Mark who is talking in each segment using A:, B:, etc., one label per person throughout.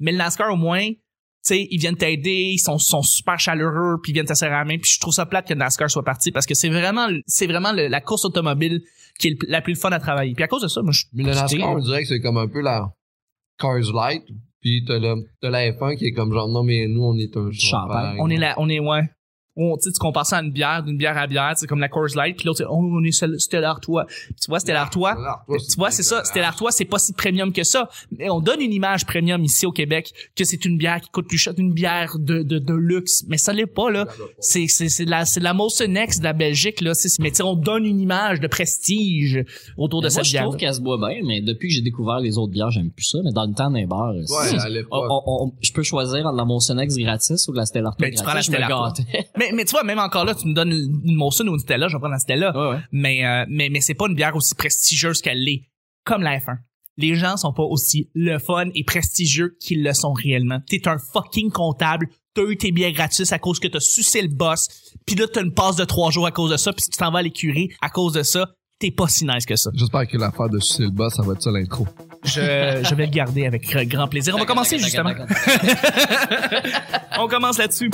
A: Mais le NASCAR, au moins, tu sais, ils viennent t'aider, ils sont, sont super chaleureux, puis ils viennent te serrer la main. Puis je trouve ça plate que le NASCAR soit parti parce que c'est vraiment, c'est vraiment le- la course automobile qui est le- la plus fun à travailler. Puis à cause de ça, moi, je
B: Mais le NASCAR, on dirait que c'est comme un peu la Cars Light. Puis t'as le- t'as la F1 qui est comme genre, non, mais nous, on est un
C: Champagne.
A: On est là, on est ouais. On, tu sais, tu compares ça à une bière, d'une bière à bière, c'est comme la Coors Light, puis l'autre, c'est, oh, on est celle- Stella Artois. Puis tu vois, Stella Artois,
B: Ah,
A: tu vois, c'est ça, Stella Artois, c'est pas si premium que ça. Mais on donne une image premium ici au Québec que c'est une bière qui coûte plus cher, une bière de, de, de luxe, mais ça l'est pas, là. C'est, c'est, c'est de la, c'est de la Molson X de la Belgique, là. C'est, mais tu sais, on donne une image de prestige autour de
C: moi,
A: cette
C: je
A: bière.
C: trouve qu'elle se boit bien, mais depuis que j'ai découvert les autres bières, j'aime plus ça. Mais dans le temps d'un bar,
B: Ouais, à l'époque.
A: Oh,
C: je peux choisir entre la Monsonex gratis ou de la Stella Artois
A: Ben, tu
C: gratis.
A: prends la
C: je me
A: Stella Artois.
C: gâtais.
A: Mais, mais tu vois, même encore là, tu me donnes une Molson ou une Stella, je vais prendre la Stella.
C: ouais, ouais.
A: mais euh, mais mais c'est pas une bière aussi prestigieuse qu'elle l'est comme la F1. Les gens sont pas aussi le fun et prestigieux qu'ils le sont réellement. T'es un fucking comptable, t'as eu tes billets gratis à cause que t'as sucé le boss, puis là t'as une passe de trois jours à cause de ça, puis tu t'en vas à l'écurie à cause de ça, t'es pas si nice que ça.
B: J'espère que l'affaire de sucer le boss, ça va être ça l'intro.
A: Je, je vais le garder avec euh, grand plaisir. On va commencer justement. On commence là-dessus.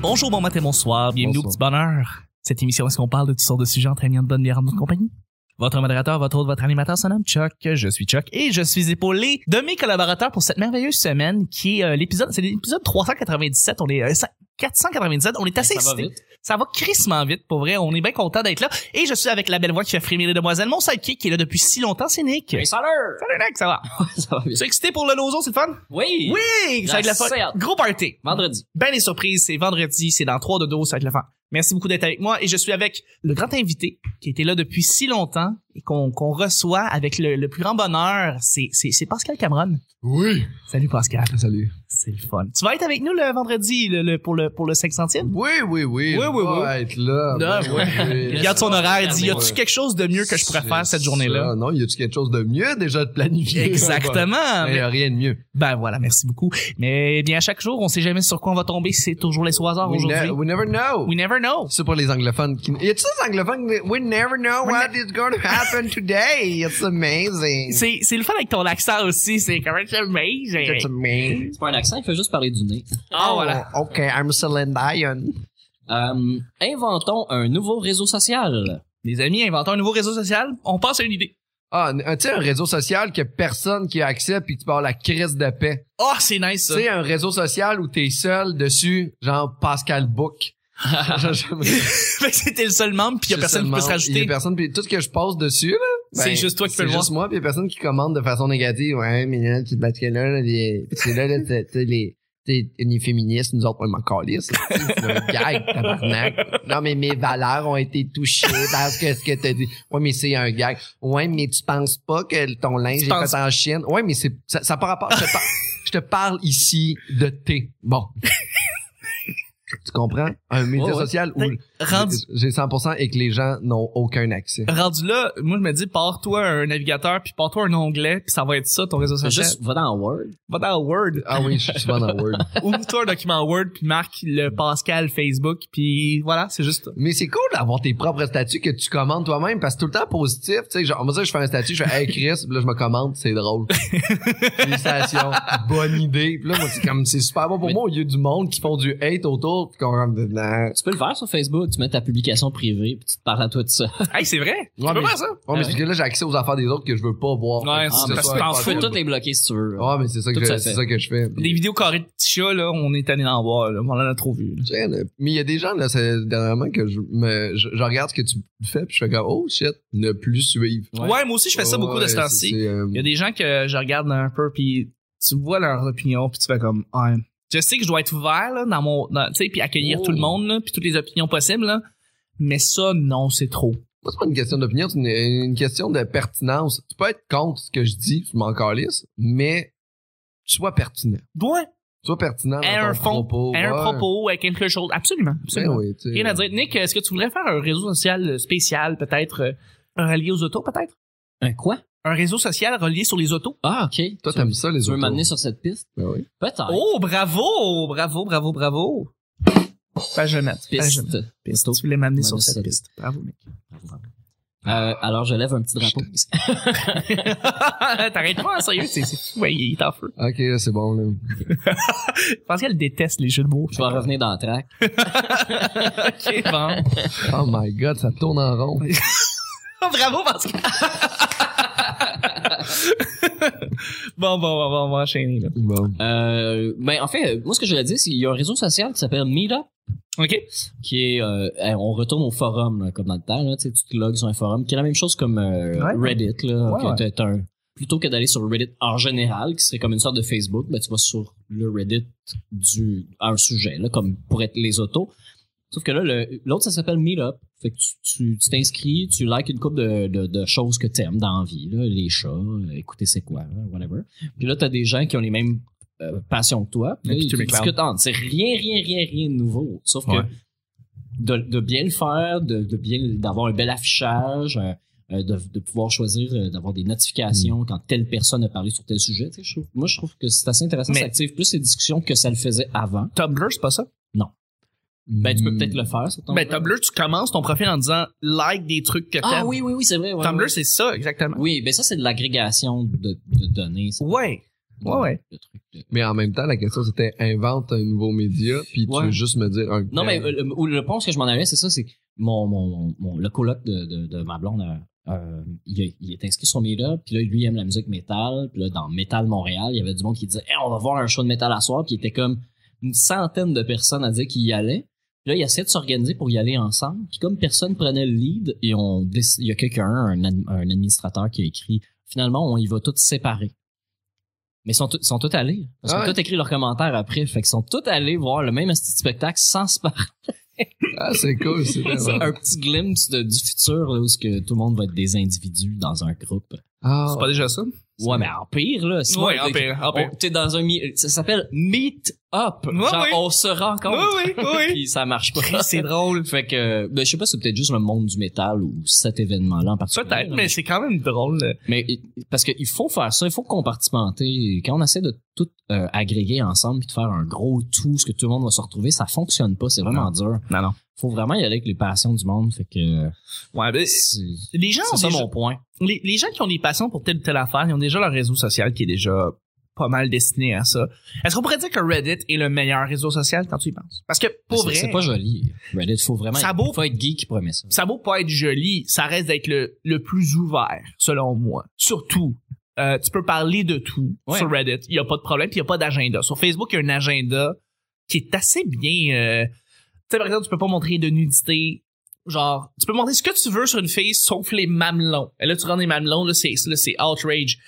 A: Bonjour, bon matin, bonsoir. Bienvenue au petit
B: Bonsoir.
A: bonheur. Cette émission, est-ce qu'on parle de toutes sortes de sujets entraînant de bonne bière en notre compagnie? Votre modérateur, votre autre, votre animateur, son nom Chuck. Je suis Chuck et je suis épaulé de mes collaborateurs pour cette merveilleuse semaine qui est euh, l'épisode, c'est l'épisode 397. On est euh, 497. On est assez
C: Ça va
A: excités.
C: vite.
A: Ça va crissement vite, pour vrai. On est bien content d'être là. Et je suis avec la belle voix qui fait frémir les demoiselles. Mon sidekick qui est là depuis si longtemps, c'est Nick.
C: Mais ça l'heure!
A: Salut Nick, ça va?
C: Ça va
A: Tu
C: vite.
A: es excité pour le lozo, c'est le fun?
C: Oui!
A: Oui! Ça va être le
C: La
A: fun.
C: certes.
A: Gros party.
C: Vendredi.
A: Ben les surprises, c'est vendredi, c'est dans 3 de dos, ça va être le fun. Merci beaucoup d'être avec moi. Et je suis avec le grand invité qui était là depuis si longtemps et qu'on qu'on reçoit avec le, le plus grand bonheur. C'est c'est- c'est Pascal Cameron.
B: Oui!
A: Salut Pascal.
B: Salut.
A: C'est le fun. Tu vas être avec nous le vendredi le- le- pour le, pour le 500e?
B: Oui, oui, oui.
A: Oui, oui,
B: on va être là.
A: Non,
B: Ben
A: ouais.
B: oui.
A: Il Regarde son horaire, il dit, y
B: Ouais.
A: a-tu quelque chose de mieux que je pourrais faire cette
B: C'est
A: journée-là?
B: ça. Non, y a-tu quelque chose de mieux déjà de planifier?
A: Exactement.
B: Il y
A: Mais-
B: a rien de mieux.
A: Ben voilà, merci beaucoup. Mais eh bien, à chaque jour, on sait jamais sur quoi on va tomber. C'est toujours les soirs
B: We,
A: aujourd'hui.
B: ne- we never know.
A: We never know.
B: C'est pour les anglophones qui. Y a-tu des anglophones qui. We never know
A: We
B: what is going to happen today. It's amazing.
A: C'est, c'est le fun avec ton accent aussi. C'est quand même
B: It's
A: amazing.
B: amazing.
C: C'est pas un accent, il fait juste parler du nez.
A: Ah voilà.
B: Oh, OK, I'm Celine Dion.
C: Euh, inventons un nouveau réseau social.
A: Les amis, inventons un nouveau réseau social. On passe à une idée.
B: Ah, un- tu sais, un réseau social que personne qui a accès puis que tu parles la crise de paix.
A: Oh, c'est nice ça.
B: Tu sais, un réseau social où t'es seul dessus, genre Pascal Book. Genre, j'aime-
A: Fait que C'était le seul membre, puis il y a
B: Je
A: personne qui
B: seulement-
A: peut se
B: Il y a
A: rajouter.
B: personne, puis tout ce que je passe dessus, là.
A: C'est juste toi qui peux le voir.
B: Ben, C'est juste moi, puis il y a personne qui commande de façon négative. Ouais, mais là, tu parce que là, là, les- parce que là, là, t'as- t'as les, t'es une féministe, nous autres, on m'en calisse. C'est un gag, tabarnak. Non, mais mes valeurs ont été touchées parce que ce que t'as dit. Ouais, mais c'est un gag. Ouais, mais tu penses pas que ton linge
A: Tu
B: est
A: penses-
B: fait en Chine. Ouais, mais c'est, ça, ça a pas rapport. Je te, par- je te parle ici de thé. Bon. Tu comprends? Un média
C: Ouais, ouais.
B: social où
A: Rendu,
B: j'ai 100% et que les gens n'ont aucun accès.
A: rendu là, moi je me dis, pars-toi un navigateur, puis pars-toi un onglet, puis ça va être ça ton réseau social.
C: Juste, va dans Word.
A: Va dans Word.
B: Ah oui, je suis souvent dans Word.
A: Ouvre-toi un document Word, puis marque le Pascal Facebook, puis voilà, c'est juste
B: Mais c'est cool d'avoir tes propres statuts que tu commandes toi-même parce que tout le temps positif, tu sais, genre moi ça je fais un statut, je fais hey Chris, puis là je me commande, c'est drôle. Félicitations, bonne idée. Puis là moi c'est comme c'est super bon pour
C: Mais-
B: moi, il y a du monde qui font du hate autour, puis qu'on rentre dedans.
C: Tu peux le faire sur Facebook, tu mets ta publication privée, puis tu te parles à toi de ça.
A: Hey, c'est vrai?
B: Ouais,
A: tu peux
B: mais-
A: faire ça?
B: Ouais,
C: Ouais.
B: mais c'est que là j'ai accès aux affaires des autres que je veux pas voir. Ah,
A: Ouais,
B: Que
A: c'est
B: ce
A: parce
B: soit
A: que t'en
C: Tu
B: impossible.
C: peux tout les bloquer si tu veux.
B: Ouais, mais c'est ça que
C: Tout
B: je-
C: ça
B: c'est
C: fait.
B: ça que je fais.
A: Les vidéos carrées de petits chats, là, on est allé d'en voir, là. On en a trop vu, là.
B: Tu sais, là. Mais il y a des gens, là, c'est dernièrement que je, me, je, je regarde ce que tu fais, puis je fais comme, oh shit, ne plus suivre.
C: Ouais.
A: Ouais. moi aussi, je fais ça beaucoup de ce
B: Ouais,
A: temps-ci.
B: c'est, euh,
A: Il y a des gens que je regarde un peu, puis tu vois leurs opinions, puis tu fais comme, ouais. Je sais que je dois être ouvert, là, dans mon, dans- tu sais, puis accueillir
C: Oh.
A: tout le monde, là, puis toutes les opinions possibles, là. Mais ça, non, c'est trop.
B: Moi, c'est pas une question d'opinion, c'est une, une question de pertinence. Tu peux être contre ce que je dis, je m'en calisse, mais sois pertinent.
A: Ouais.
B: Sois pertinent dans
A: À
B: ton
A: un fond,
B: propos.
A: à un
B: ouais.
A: propos, à quelque chose. Absolument.
B: Ben
A: Absolument.
B: oui, tu sais.
A: Rien à dire. Nick, est-ce que tu voudrais faire un réseau social spécial, peut-être, euh, relié aux autos, peut-être?
C: Un quoi?
A: Un réseau social relié sur les autos?
C: Ah, ok.
B: Toi,
C: tu veux,
B: t'aimes ça, les
C: tu veux
B: autos.
C: m'amener sur cette piste?
B: Ben oui.
C: Peut-être.
A: Oh, bravo! Bravo, bravo, bravo! Ben, je vais mettre. Ben, je vais mettre.
C: Piste. Pisto.
A: Tu voulais m'amener
C: Ouais,
A: sur
C: mais
A: cette
C: c'est-
A: piste. Bravo, mec.
C: Euh, alors, je lève un petit drapeau.
A: Ah, T'arrêtes pas, hein, sérieux, c'est c'est fou. Ouais, il est en feu.
B: Ok, là, c'est bon, là.
A: Je pense qu'elle déteste les jeux de mots.
C: Je vais revenir dans le track.
A: Ok, bon.
B: Oh my god, ça tourne en rond.
A: Bravo, Pascal. bon, bon, bon, bon, on va enchaîner, là.
B: Bon.
C: Euh, ben, en fait, euh, moi, ce que je voulais dire, c'est qu'il y a un réseau social qui s'appelle Meetup,
A: OK?
C: qui est, euh, hey, on retourne au forum, là, comme dans le temps, là, tu sais, tu te logs sur un forum, qui est la même chose comme euh,
A: Ouais.
C: Reddit, là,
A: Ouais,
C: que t'as- t'as un- plutôt que d'aller sur Reddit en général, qui serait comme une sorte de Facebook, ben, tu vas sur le Reddit du, à un sujet, là, comme pour être les autos. Sauf que là, le- l'autre, ça s'appelle Meetup. Fait que tu- tu tu t'inscris, tu, likes une couple de, de, de choses que t'aimes dans la vie, là, les chats, euh, écouter c'est quoi, hein, whatever. Puis là, t'as des gens qui ont les mêmes euh, passions que toi. Puis
A: Et
C: là,
A: puis
C: ils
A: tu m'éclates.
C: discutent entre. C'est rien, rien, rien, rien de nouveau. Sauf
A: Ouais.
C: que de, de bien le faire, de, de bien d'avoir un bel affichage, euh, euh, de, de pouvoir choisir, euh, d'avoir des notifications quand telle personne a parlé sur tel sujet. tu sais, je trouve- moi, je trouve que c'est assez intéressant.
A: Mais-
C: ça active plus les discussions que ça le faisait avant.
A: Tumblr, c'est pas ça?
C: Ben, tu peux
B: Hmm.
C: peut-être le faire, ça. ton-
A: Ben, Tumblr, tu commences ton profil en disant like des trucs que t'aimes.
C: Ah oui, oui, oui, c'est vrai. ouais,
A: Tumblr,
C: ouais.
A: c'est ça, exactement.
C: Oui, ben ça, c'est de l'agrégation de, de données. ça.
A: Ouais. Ouais, ouais.
C: Le truc de-
B: Mais en même temps, la question, c'était invente un nouveau média, puis tu
C: Ouais.
B: veux juste me dire un.
C: Non, mais euh, le, ou le point où est-ce que je m'en allais, c'est ça, c'est que mon, mon, mon- mon- le coloc de, de, de ma blonde, euh, euh, il, a- il est inscrit sur Meetup, puis là, lui, il aime la musique métal, puis là, dans Metal Montréal, il y avait du monde qui disait, Hey, on va voir un show de métal à soir, puis il était comme une centaine de personnes à dire qu'il y allait. Puis là, ils essaient de s'organiser pour y aller ensemble. Puis comme personne prenait le lead, et on, déc- il y a quelqu'un, un, ad- un administrateur qui a écrit, finalement, on y va tous séparés. Mais ils sont, tous- ils sont tous allés. Ils ont
B: Ah ouais.
C: tous écrit leurs commentaires après. Fait qu'ils sont tous allés voir le même esti de spectacle sans se parler.
B: Ah, c'est cool, c'est
C: C'est
B: vraiment-
C: un petit glimpse de- du futur là, où ce que tout le monde va être des individus dans un groupe.
B: Ah,
A: C'est pas déjà ça?
C: Ouais, mais en pire, là. sinon,
A: ouais, en
C: t'es-
A: pire, en pire.
C: on- T'es dans un. mi- Ça s'appelle Meet Up.
A: Ouais,
C: Genre,
A: ouais.
C: on se rencontre.
A: Oui, oui, oui.
C: Puis ça marche pas.
A: C'est drôle.
C: Fait que, ben, je sais pas si c'est peut-être juste le monde du métal ou cet événement-là en particulier.
A: Peut-être,
C: là,
A: mais c'est quand même drôle. euh. là.
C: mais il- parce qu'il faut faire ça, il faut compartimenter. Quand on essaie de tout euh, agréger ensemble puis de faire un gros tout, ce que tout le monde va se retrouver, ça fonctionne pas. C'est vraiment dur.
A: Non, non.
C: Faut vraiment y aller avec les passions du monde. Fait que
A: Ouais, ben,
C: c'est
A: les gens,
C: c'est
A: ont
C: ça
A: déjà-
C: mon point.
A: les, les gens qui ont des passions pour telle ou telle affaire, ils ont déjà leur réseau social qui est déjà pas mal destiné à ça. Est-ce qu'on pourrait dire que Reddit est le meilleur réseau social quand tu y penses? Parce que, pour
C: C'est-
A: vrai,
C: C'est pas joli. Reddit, faut vraiment.
A: Ça beau-
C: Faut être geek pour aimer ça.
A: ça vaut pas être joli, ça reste d'être le, le plus ouvert, selon moi. Surtout, euh, tu peux parler de tout
C: Ouais.
A: sur Reddit. Il y a pas de problème, puis il y a pas d'agenda. Sur Facebook, il y a un agenda qui est assez bien. euh, tu sais, par exemple, tu peux pas montrer de nudité. Genre, tu peux montrer ce que tu veux sur une fille, sauf les mamelons. Et là, tu rends les mamelons, là, c'est, là, c'est outrage.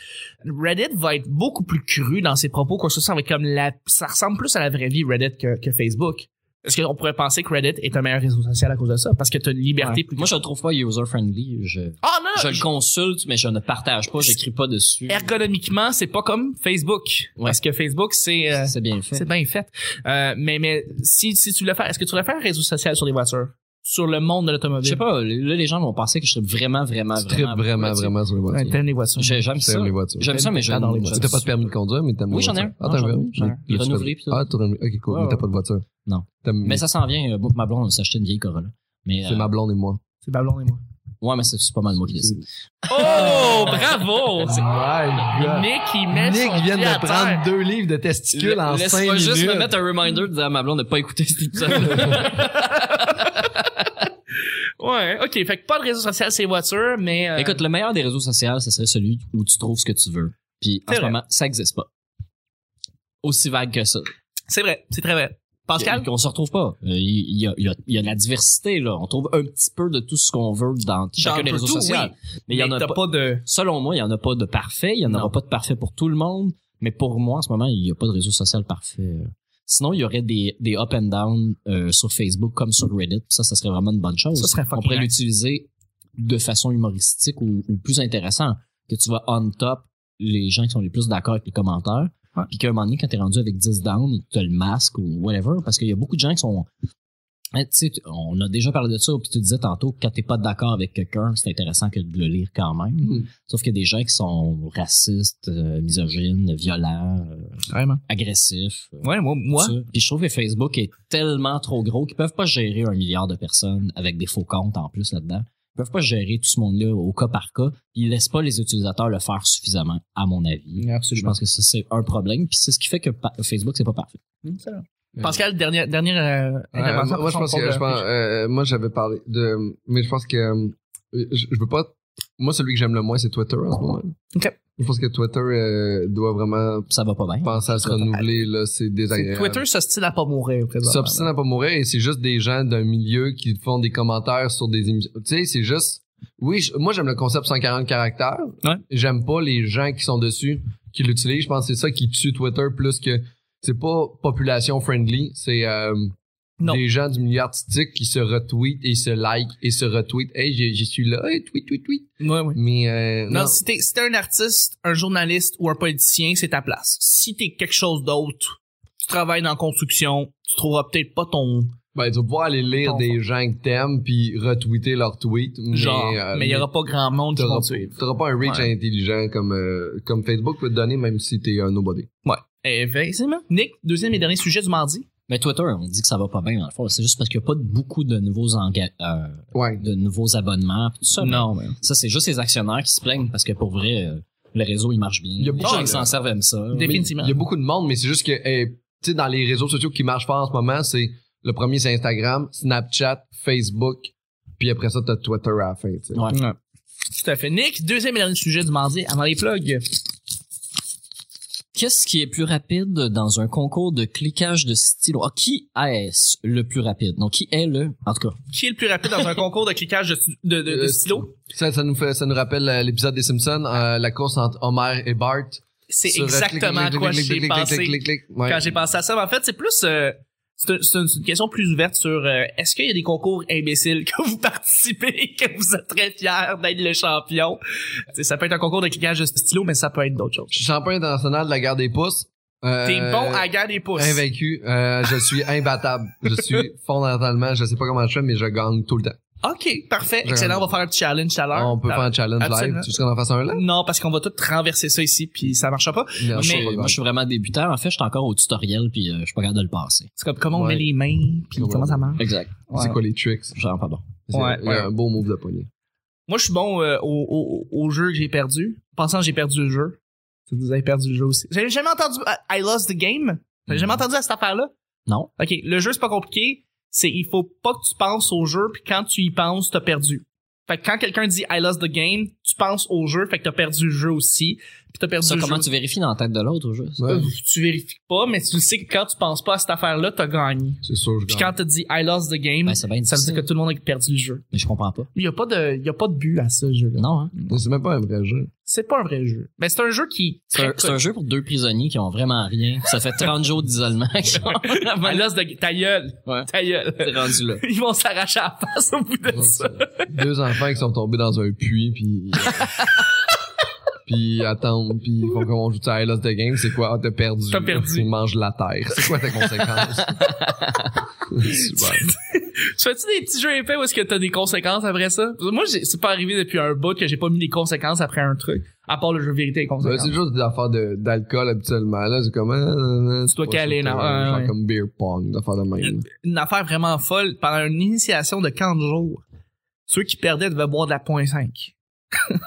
A: Reddit va être beaucoup plus cru dans ses propos, quoi que ce soit. Ça va être comme la, ça ressemble plus à la vraie vie Reddit que, que Facebook. Est-ce qu'on pourrait penser que Reddit est un meilleur réseau social à cause de ça? Parce que t'as une liberté
C: Ouais.
A: plus
C: Moi, je le trouve pas user-friendly. Je,
A: Ah non,
C: je
A: non,
C: le
A: je-
C: consulte, mais je ne partage pas, j'écris pas dessus.
A: ergonomiquement, c'est pas comme Facebook.
C: Ouais.
A: Parce que Facebook, c'est euh,
C: C'est bien fait.
A: c'est bien fait. Euh, mais mais si, si tu le fais, est-ce que tu voulais faire un réseau social sur les voitures? Sur le monde de
C: Je sais
A: l'automobile?
C: pas, là, les gens vont penser que je serais vraiment, vraiment,
B: tu tripes
C: vraiment.
B: vraiment,
C: là-dessus.
B: vraiment sur les voitures.
A: Ouais, t'aimes les voitures.
C: J'ai- J'aime
B: T'aimes
C: ça.
B: les voitures.
C: J'aime ça, mais je
A: J'adore les
C: je-
A: voitures.
B: T'as pas de permis de conduire, mais t'aimes
C: Oui,
B: les
C: j'en ai
B: voitures.
C: un.
B: Ah, t'as
C: Non,
B: un
C: j'en ai-
B: permis?
C: j'en ai un.
B: Mais-
C: Renouvelé, puis tout.
B: Ah, t'as renouvelé. Ok, cool.
C: Ouais,
B: mais t'as
C: ouais.
B: pas de voiture.
C: Non.
B: T'aimes-
C: Mais ça s'en vient. euh, Moi, et ma blonde, on s'achetait une vieille Corolla. Mais,
B: C'est
C: euh,
B: ma blonde et moi.
A: C'est Babylon et moi.
C: Ouais, mais c'est c'est pas mal moi qui décide.
A: Oh, bravo!
B: my
A: Nick, il met son
B: Nick vient
A: pied à
B: de prendre
A: terre.
B: deux livres de testicules en
C: Laisse-moi
B: cinq minutes.
C: juste me mettre un reminder de dire à ma blonde de pas écouter cet épisode.
A: Ouais, ok. Fait que pas de réseau social, c'est les voitures, mais... euh,
C: Ben, Écoute, le meilleur des réseaux sociaux, ce serait celui où tu trouves ce que tu veux. Puis en
A: C'est
C: ce
A: vrai.
C: moment, ça existe pas. Aussi vague que ça.
A: c'est vrai, c'est très vrai. Pascal?
C: On se retrouve pas. Euh, Il y, a, il y a- il y a de la diversité, là. On trouve un petit peu de tout ce qu'on veut dans chacun
A: Dans
C: des
A: tout,
C: réseaux sociaux.
A: oui.
C: Mais il y en a
A: t'as
C: pas-
A: de...
C: Selon moi, il y en a pas de parfait. Il y en
A: Non.
C: aura pas de parfait pour tout le monde. Mais pour moi, en ce moment, il y a pas de réseau social parfait. Sinon, il y aurait des, des up and down euh, sur Facebook comme sur Reddit. Ça, ça serait vraiment une bonne chose.
A: Ça serait
C: on
A: fucking
C: pourrait
A: nice.
C: l'utiliser de façon humoristique ou, ou plus intéressant que tu vas on top les gens qui sont les plus d'accord avec les commentaires
A: Ouais.
C: puis qu'à un moment donné quand t'es rendu avec 10 down tu te le masque ou whatever parce qu'il y a beaucoup de gens qui sont Eh, tu sais, tu- on a déjà parlé de ça, puis tu disais tantôt que quand t'es pas d'accord avec quelqu'un, c'est intéressant que de le lire quand même.
B: Mm.
C: Sauf qu'il y a des gens qui sont racistes, euh, misogynes, violents, euh,
A: Vraiment.
C: agressifs. euh,
A: Ouais, moi, moi
C: ça. Puis je trouve que Facebook est tellement trop gros qu'ils peuvent pas gérer un milliard de personnes avec des faux comptes en plus là-dedans. Ils peuvent pas gérer tout ce monde-là au cas par cas. Ils laissent pas les utilisateurs le faire suffisamment, à mon avis. Je
A: absolument.
C: pense que ça, c'est un problème. Puis c'est ce qui fait que pa- Facebook, c'est pas parfait.
A: Pascal, dernière, dernière euh,
B: Euh,
A: intervention.
B: moi, moi, je pense que je pense- euh, moi j'avais parlé de mais je pense que euh, je, je veux pas moi celui que j'aime le moins c'est Twitter en ce moment
A: Ok.
B: je pense que Twitter euh, doit vraiment
C: Ça va pas bien.
B: penser à se renouveler là c'est
A: C'est-
B: désagréable
A: Twitter s'obstine à pas mourir, présent.
B: s'obstinent à pas mourir et c'est juste des gens d'un milieu qui font des commentaires sur des émissions tu sais c'est juste oui je- moi j'aime le concept 140 caractères
A: Ouais.
B: j'aime pas les gens qui sont dessus qui l'utilisent je pense que c'est ça qui tue Twitter plus que c'est pas population friendly c'est euh,
A: Non.
B: des gens du milieu artistique qui se retweetent et se like et se retweetent hey j'ai- j'y suis là hey tweet tweet tweet
A: Ouais, ouais.
B: mais euh,
A: Non, si t'es si t'es un artiste, un journaliste ou un politicien, c'est ta place. Si t'es quelque chose d'autre, tu travailles dans la construction, tu trouveras peut-être pas ton
B: ben, tu vas pouvoir aller lire
A: Ton
B: des gens que t'aimes puis retweeter leurs tweets mais,
A: genre,
B: euh,
A: mais il y aura pas grand monde qui va
B: T'auras
A: te suivre.
B: t'auras pas un reach
A: Ouais.
B: intelligent comme, euh, comme Facebook peut te donner, même si t'es un nobody.
A: Effectivement. Eh, Nick, deuxième et dernier sujet du mardi.
C: Mais Twitter, on dit que ça va pas bien dans le fond. C'est juste parce qu'il y a pas de- beaucoup de nouveaux enga- euh,
B: Ouais.
C: de nouveaux abonnements. puis tout ça,
A: Non,
C: mais Ça, c'est juste les actionnaires qui se plaignent parce que pour vrai, euh, le réseau, il marche bien.
B: Il y a
C: les
B: beaucoup
C: gens
B: de-
C: qui s'en servent aiment ça.
A: Définitivement.
B: Il y a beaucoup de monde, mais c'est juste que, eh, tu sais, dans les réseaux sociaux qui marchent fort en ce moment, c'est le premier, c'est Instagram, Snapchat, Facebook, puis après ça, t'as Twitter à la fin, tu sais.
C: Ouais.
A: Tout à fait. Nick, deuxième et dernier sujet du mardi avant les plugs.
C: Qu'est-ce qui est plus rapide dans un concours de cliquage de stylo? Ah, qui est le plus rapide? Donc, qui est le... En tout cas,
A: Qui est le plus rapide dans un concours de cliquage de, stu- de, de, de
B: Euh,
A: stylo?
B: Ça, ça nous fait, ça nous rappelle euh, l'épisode des Simpsons, euh, la course entre Homer et Bart.
A: C'est
B: Sur, euh,
A: exactement à
B: clic, clic,
A: quoi
B: clic, clic,
A: j'ai
B: clic, clic,
A: pensé
B: clic, clic, clic. Ouais.
A: quand j'ai pensé à ça. Mais en fait, c'est plus... euh, c'est un- c'est une, c'est une question plus ouverte sur euh, est-ce qu'il y a des concours imbéciles que vous participez et que vous êtes très fiers d'être le champion? T'sais, ça peut être un concours de cliquage de stylo, mais ça peut être d'autres
B: Je
A: choses.
B: suis champion international de la guerre des pouces. Euh,
A: T'es bon à garder les pouces.
B: Invaincu, euh, je suis imbattable. je suis fondamentalement, je sais pas comment je fais, mais je gagne tout le temps.
A: OK, parfait. Excellent. On va faire un petit challenge tout à l'heure.
B: Ben, on peut faire un challenge
A: Absolument.
B: live. Tu veux qu'on en fasse un là?
A: Non, parce qu'on va tout renverser ça ici, puis ça marchera pas.
B: Non,
A: Mais-
B: je sais
C: Et
B: pas,
C: moi, je suis vraiment débutant. En fait, je suis encore au tutoriel, puis euh, je suis pas capable de le passer.
A: C'est comme comment on
B: Ouais.
A: met les mains, puis
B: Ouais.
A: comment ça marche.
C: Exact.
B: C'est
A: Ouais.
B: quoi les tricks?
C: Je suis vraiment pas bon.
B: C'est
A: Ouais,
B: il y a
A: ouais.
B: un beau move de poignet.
A: Moi, je suis bon euh, au, au, au jeu que j'ai perdu. Pensant que j'ai perdu le jeu. Tu vous avez perdu le jeu aussi. J'avais jamais entendu euh, I lost the game. J'avais
B: Hmm.
A: jamais entendu à cette affaire-là.
C: Non.
A: OK, le jeu, c'est pas compliqué. C'est il faut pas que tu penses au jeu, puis quand tu y penses, t'as perdu. Fait que quand quelqu'un dit I lost the game, tu penses au jeu, fait que t'as perdu le jeu aussi, puis t'as perdu
C: Ça,
A: le
C: comment
A: jeu.
C: tu vérifies dans la tête de l'autre, au jeu?
B: Ouais,
A: Euh, tu vérifies pas, mais tu le sais que quand tu penses pas à cette affaire-là, t'as gagné.
B: c'est sûr, je
A: Puis
B: gagne.
A: quand t'as dit I lost the game,
C: Ben, c'est bien
A: ça veut dire
C: difficile.
A: que tout le monde a perdu le jeu.
C: Mais je comprends pas.
A: Il y a pas de, il y a pas de but à ce jeu-là.
C: Non, hein?
B: Mais C'est même pas un vrai jeu.
A: C'est pas un vrai jeu. Mais c'est un jeu qui.
C: C'est un, c'est un jeu pour deux prisonniers qui ont vraiment rien. Ça fait 30 jours d'isolement qu'ils ont
A: I
C: vraiment
A: lost the game. Ta gueule.
C: Ouais.
A: Ta gueule.
C: été rendus là.
A: Ils vont s'arracher à la face au bout de ça.
B: Deux enfants qui sont tombés dans un puits, puis... puis attendent, puis ils font comme on joue à I Lost the Game, c'est quoi? Ah, t'as perdu.
A: T'as perdu.
B: Ils mangent la terre. C'est quoi ta conséquence? Super.
A: Tu fais-tu des petits jeux épais où est-ce que t'as des conséquences après ça? Moi, j'ai- c'est pas arrivé depuis un bout que j'ai pas mis des conséquences après un truc. À part le jeu vérité et
B: Ben,
A: conséquences.
B: c'est juste des affaires de- d'alcool habituellement. Là, c'est comme... euh,
A: Tu dois caler, non? Ouais, ouais.
B: Faire comme beer pong, d'affaires de même.
A: une affaire vraiment folle. Pendant une initiation de camp de jour, ceux qui perdaient devaient boire de la point 5.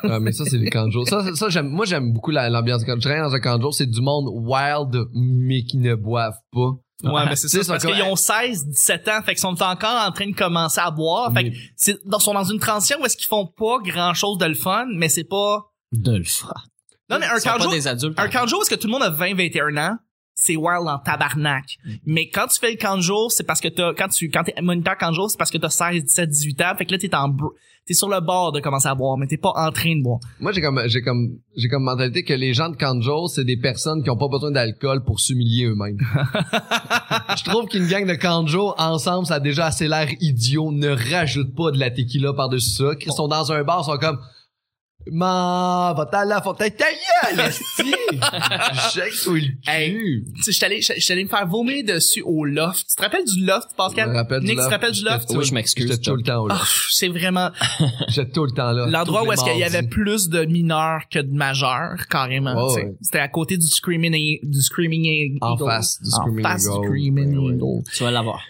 B: Ah, mais ça, c'est les camps de jour. Ça, ça, ça, j'aime, moi, j'aime beaucoup la- l'ambiance de camp de jour. Je traîne dans un camp de jour, c'est du monde wild, mais qui ne boivent pas.
A: Ouais, mais c'est ça.
B: Ah, Tu sais,
A: c'est Parce
B: c'est
A: qu'ils
B: encore-
A: ont 16, 17 ans. Fait qu'ils sont encore en train de commencer à boire. Fait
B: Mais
A: que c'est, ils sont dans une transition où est-ce qu'ils font pas grand chose de le fun, mais c'est pas,
C: De le faire.
A: non, mais un
C: Ils sont
A: camp de
C: pas
A: jour,
C: des adultes. hein.
A: un camp de jour, est-ce que tout le monde a 20, 21 ans? C'est wild en tabarnak.
B: Mm.
A: Mais quand tu fais le camp de jour, c'est parce que t'as, quand tu, quand t'es moniteur camp de jour, c'est parce que t'as 16, 17, 18 ans. Fait que là, t'es en, br- t'es sur le bord de commencer à boire, mais t'es pas en train de boire.
B: Moi, j'ai comme, j'ai comme, j'ai comme mentalité que les gens de camp de jour, c'est des personnes qui ont pas besoin d'alcool pour s'humilier eux-mêmes. Je trouve qu'une gang de camp de jour, ensemble, ça a déjà assez l'air idiot. Ne rajoute pas de la tequila par-dessus ça. Ils sont dans un bar, ils sont comme, Ma, va-t'en à la fontaine. Ta gueule, esti! J'ai sous le
A: Hey.
B: cul.
A: Tu sais, j'étais allé, j'étais allé me faire vomir dessus au loft. Tu te rappelles du loft, Pascal?
B: Je me rappelle du
A: Nick, tu te
B: loft.
A: rappelles du loft?
C: Oui, je m'excuse.
B: J'étais tout le temps là.
A: Ah, pff, c'est vraiment
B: J'étais tout le temps là.
A: l'endroit
B: Tous
A: où
B: les
A: est-ce qu'il y avait
B: mardis.
A: plus de mineurs que de majeurs, carrément.
B: Ouais,
A: tu sais.
B: ouais.
A: C'était à côté du Screaming, E- du screaming Eagle.
B: En face du Screaming
A: En face du
B: Eagle.
A: Screaming
B: Ouais, ouais.
A: Eagle.
C: Tu vas l'avoir.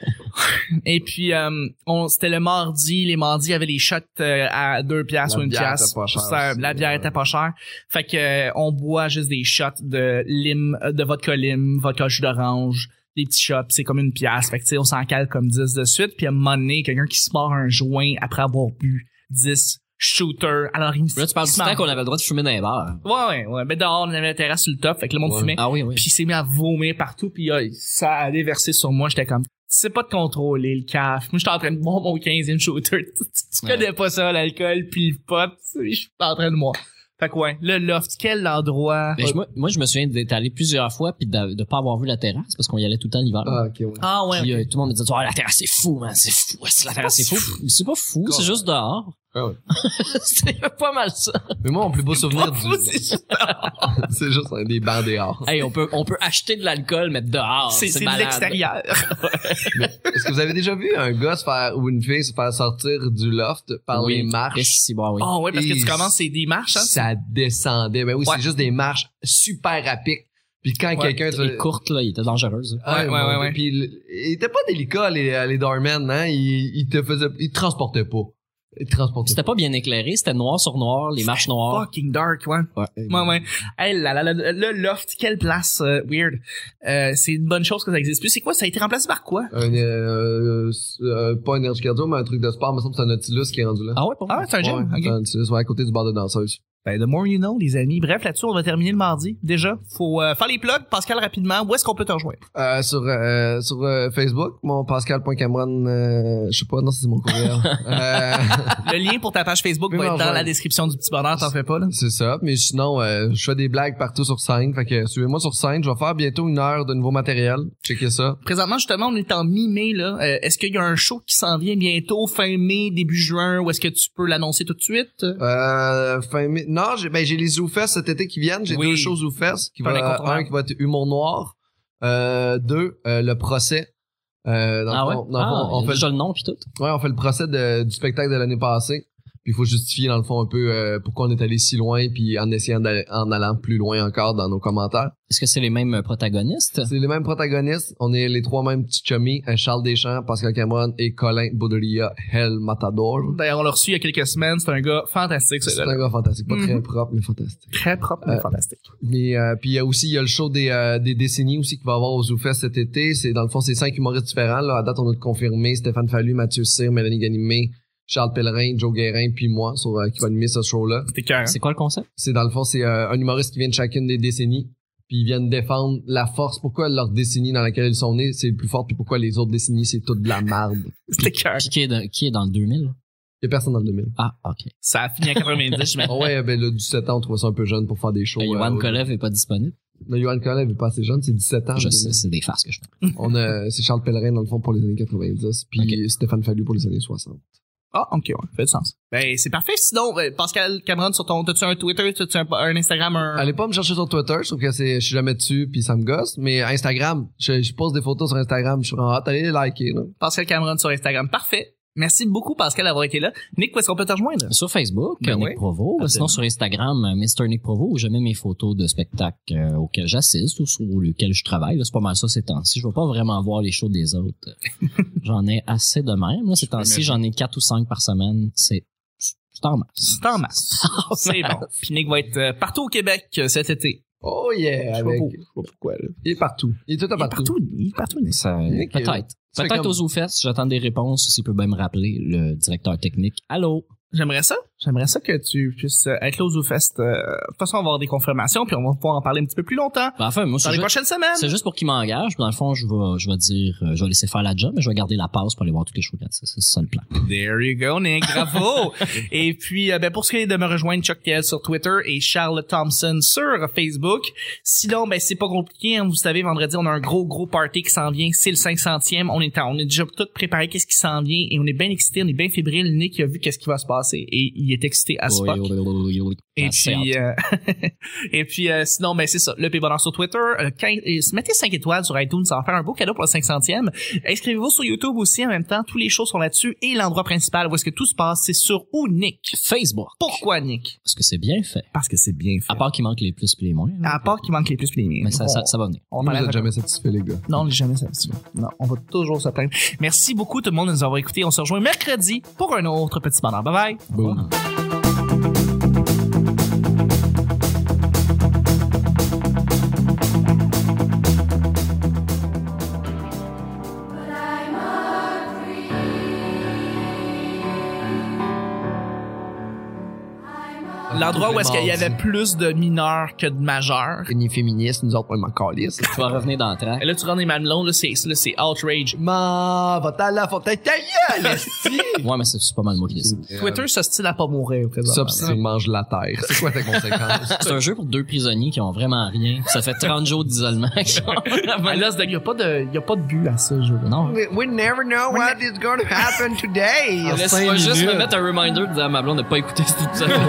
A: Et puis, euh, on, c'était le mardi. Les mardis, il y avait les shots euh, à deux piastres
B: La
A: ou une
B: bière
A: piastre.
B: était pas chère
A: Ça,
B: aussi, euh.
A: la bière
B: ouais.
A: était pas chère. Fait que euh, on boit juste des shots de lime, euh, de vodka lime, vodka jus d'orange, des petits shots. pis C'est comme une piastre. Fait que tu sais, on s'en cale comme 10 de suite. Puis à un moment donné, quelqu'un qui se mord un joint après avoir bu 10 shooters. Alors il me
C: Là, tu parles
A: il
C: du
A: se
C: temps
A: mord-
C: qu'on avait le droit de fumer dans les bars.
A: Ouais, ouais, ouais. Mais dehors, on avait la terrasse sur le top. Fait que le monde
B: Ouais.
A: fumait.
C: Ah oui, oui.
A: Puis il s'est mis à vomir partout, puis euh, ça allait verser sur moi. J'étais comme, tu sais pas de contrôler le caf. Moi, j'étais en train de boire mon 15e shooter. Tu, tu- tu connais pas ça, l'alcool, puis le pot. Je suis en train de moi. Fait que ouais, le loft, quel endroit.
C: Mais je me- moi, je me souviens d'être allé plusieurs fois puis de, de pas avoir vu la terrasse parce qu'on y allait tout le temps l'hiver.
B: Ah, ok, ouais.
A: Ah
C: Puis euh, tout le monde me disait Ah, la terrasse c'est fou man c'est fou ouais, c'est la terrasse c'est fou Mais c'est pas fou c'est juste dehors
B: Ah ouais.
C: c'était pas mal ça
B: Mais moi, mon plus beau souvenir du...
A: Fou, c'est juste-
B: C'est juste un des bancs dehors.
C: hey on peut on peut acheter de l'alcool mais dehors
A: C'est c'est de
C: euh, malade.
A: l'extérieur.
B: Est-ce que vous avez déjà vu un gars se faire, ou une fille se faire sortir du loft par
C: Ah oui.
B: les marches?
C: Yes, c'est bon, oui.
A: Ah ouais, parce que
B: Et
A: tu commences, c'est des marches, hein.
B: Ça descendait. Ben oui,
A: Ouais.
B: c'est juste des marches super rapides. Puis quand
A: Ouais,
B: quelqu'un...
C: Elle est courte là il était dangereuse
B: Ah,
A: Ouais,
B: mon
A: ouais, ouais,
B: Dieu.
A: ouais.
B: Puis il, il était pas délicat, les, les doormen, hein. Il, il te faisait, il te transportait pas. Il te transportait
C: c'était pas bien éclairé c'était noir sur noir les marches noires
A: Fucking dark, ouais.
B: pas.
A: Ouais, ouais. Hey, là, là, là, le loft, quelle place euh, weird. Euh, c'est une bonne chose que ça existe plus. C'est quoi? Ça a été remplacé par quoi?
B: Un, euh, euh, pas un Energy Cardio, mais un truc de sport. Il me semble que c'est un Nautilus qui est rendu là.
C: ah ouais pour
A: Ah, ouais, c'est un gym?
B: Ouais,
A: Ok.
B: c'est un Nautilus, ouais, à côté du bar de danseuse.
A: Ben, the more you know, les amis. Bref, là-dessus, on va terminer le mardi. Déjà, faut euh, faire les plugs. Pascal, rapidement, où est-ce qu'on peut te rejoindre?
B: Euh, sur euh, sur euh, Facebook, mon Pascal.Cameron, euh, je sais pas, non, c'est mon courriel. euh,
A: Le lien pour ta page Facebook
B: Mais
A: va être dans
B: rejoindre.
A: la description du petit bonheur, t'en fais pas, là.
B: c'est ça. Mais sinon, euh, je fais des blagues partout sur scène. Fait que suivez-moi sur scène. Je vais faire bientôt une heure de nouveau matériel. Checkez ça.
A: Présentement, justement, on est en mi-mai, là. Euh, est-ce qu'il y a un show qui s'en vient bientôt, fin mai, début juin, ou est-ce que tu peux l'annoncer tout de suite?
B: Euh, fin mai- Non, j'ai ben, j'ai les Zoufest cet été qui viennent. J'ai
A: Oui.
B: deux choses Zoufest. Qui
A: C'est un
B: va,
A: incontournable.
B: un qui va être Humour Noir. Euh, deux, euh, le procès. Euh, dans le
C: ah ouais
B: fond- dans le
C: Ah,
B: fond,
C: il y
B: on,
C: a
B: fait
C: déjà le nom puis tout
B: le, ouais, on fait le procès de- du spectacle de l'année passée. Puis il faut justifier dans le fond un peu euh, pourquoi on est allé si loin, puis en essayant d'aller- en allant plus loin encore dans nos commentaires.
C: est-ce que c'est les mêmes protagonistes
B: C'est les mêmes protagonistes. On est les trois mêmes petits chummies, euh, Charles Deschamps, Pascal Cameron et Colin Baudrillard, Hell Matador.
A: D'ailleurs, Ben, on l'a reçu il y a quelques semaines. C'est un gars fantastique,
B: C'est
A: c'est
B: un gars fantastique, pas très
A: Mhm.
B: propre, mais fantastique.
A: Très propre, mais
B: Euh,
A: fantastique.
B: Mais euh, puis il y a aussi il y a le show des, euh, des décennies aussi qui va avoir au Zoufest cet été. C'est dans le fond c'est cinq humoristes différents. Là. À date on a confirmé Stéphane Fallu, Mathieu Cyr, Mélanie Ganimé, Charles Pellerin, Joe Guérin puis moi sur euh, qui va animer ce show là.
A: C'était cœur. hein?
C: c'est quoi le concept
B: C'est dans le fond c'est euh, un humoriste qui vient de chacune des décennies puis ils viennent défendre la force pourquoi leur décennie dans laquelle ils sont nés c'est le plus fort puis pourquoi les autres décennies c'est toute de la merde.
A: C'était cœur.
C: Puis qui est dans, qui est dans le 2000 là?
B: Il y a personne dans le 2000.
C: ah ok
A: Ça a fini à 90, je
B: Ah ouais ben là 17 ans on trouvait ça un peu jeune pour faire des shows.
C: Le
B: euh,
C: Johan
B: au-
C: Kolev est pas disponible
B: Non, Johan Collet est pas assez jeune, c'est 17 ans.
C: je
B: le
C: sais
B: 2000.
C: c'est des farces que je fais
B: On a, c'est Charles Pellerin, dans le fond, pour les années 90, puis Stéphane Fallu pour les années 60.
A: Ah, ok, ouais. Fait du sens. Ben, c'est parfait. Sinon, euh, Pascal Cameron, sur ton, t'as-tu un Twitter, t'as-tu un, un Instagram, un...
B: Allez pas me chercher sur Twitter, je trouve que c'est, je suis jamais dessus, puis ça me gosse, mais Instagram, je, je poste des photos sur Instagram, je suis en hâte, allez les liker, là.
A: Pascal Cameron sur Instagram. Parfait. Merci beaucoup, Pascal, d'avoir été là. Nick, où est-ce qu'on peut te rejoindre?
C: Sur Facebook,
A: Ben
C: Nick
A: oui.
C: Provo.
A: Absolument.
C: Sinon, sur Instagram, euh, Mr. Nick Provo, où je mets mes photos de spectacles euh, auxquels j'assiste ou sur lesquels je travaille. là. C'est pas mal ça ces temps-ci. Je vais pas vraiment voir les shows des autres. j'en ai assez de même. Là, ces temps-ci, j'en ai quatre ou cinq par semaine. C'est c'est en masse.
A: C'est en masse. C'est bon. Puis Nick va être euh, partout au Québec euh, cet été.
B: Oh yeah!
A: Je sais pas
B: avec-
A: pour-
B: pourquoi, là. Il est partout. Il est tout à
A: Il est
B: partout.
A: partout, il est partout, Nick.
C: Ça-
B: Nick,
C: Peut-être.
B: tu fais
C: Peut-être
B: comme-
C: aux OUFES. J'attends des réponses. S'il peut bien me rappeler, le directeur technique. Allô?
A: J'aimerais ça. J'aimerais ça que tu puisses euh, être là au ZooFest. euh, de toute façon, on va avoir des confirmations, puis on va pouvoir en parler un petit peu plus longtemps
C: Ben, enfin, moi,
A: dans
C: c'est
A: les
C: juste,
A: prochaines semaines.
C: c'est juste pour qu'il m'engage. Dans le fond, je vais, je vais dire, euh, je vais laisser faire la job, mais je vais garder la passe pour aller voir tous les shows. C'est c'est ça le plan.
A: There you go, Nick. Bravo. et puis, euh, ben, pour ce qui est de me rejoindre, Chuck TL sur Twitter et Charles Thompson sur Facebook. Sinon, ben, c'est pas compliqué. hein. Vous savez, vendredi, on a un gros, gros party qui s'en vient. C'est le 500e. On est, en- on est déjà tout préparé. Qu'est-ce qui s'en vient? Et on est bien excité. On est bien fébrile. Nick il a vu qu'est-ce qui va se passer. Et il il est excité à Spock. Et puis, euh, et puis euh, sinon, ben c'est ça. Le P Bonheur sur Twitter. Euh, quin- et s- mettez 5 étoiles sur iTunes, ça va faire un beau cadeau pour le 500e. Inscrivez-vous sur YouTube aussi en même temps. Tous les shows sont là-dessus. Et l'endroit principal où est-ce que tout se passe, c'est sur où, Nick?
C: euh, Facebook.
A: Pourquoi, Nick?
C: Parce que c'est bien fait.
A: Parce que c'est bien fait.
C: À part qu'il manque les plus et les moins. là.
A: À part qu'il manque les plus les
C: Mais ça, ça, ça va venir.
A: on
B: Vous
A: enlève-
B: êtes jamais satisfait, les gars.
A: Non, on n'est jamais satisfait. Non, on va toujours se plaindre. Merci beaucoup tout le monde de nous avoir écoutés. On se rejoint mercredi pour un autre petit bonheur. Bye bye.
B: Boom.
A: L'endroit où est-ce qu'il y avait
B: Mardi.
A: plus de mineurs que de majeurs.
B: Ni féministe, nous autres, on est calisse.
C: Tu vas revenir dans le track.
A: Et là, tu rentres les mamelons, là, c'est, là, c'est outrage.
B: Ma, va-t'en à la fontaine, ta gueule, esti!
C: Ouais, mais c'est c'est pas mal moi qui décide.
A: Twitter s'ostile à pas mourir,
B: Ça,
A: présentement.
B: pis c'est mange la terre. C'est quoi ta conséquence?
C: C'est un jeu pour deux prisonniers qui ont vraiment rien. Ça fait 30 jours d'isolement. qu'ils ont-
A: Mais là, il n'y a pas de, y a pas de but à ce jeu-là.
C: Non.
B: we, we never know what is going to happen today.
C: Ah, Laisse-moi juste me mettre un reminder de dire à ma blonde de pas écouter cet épisode.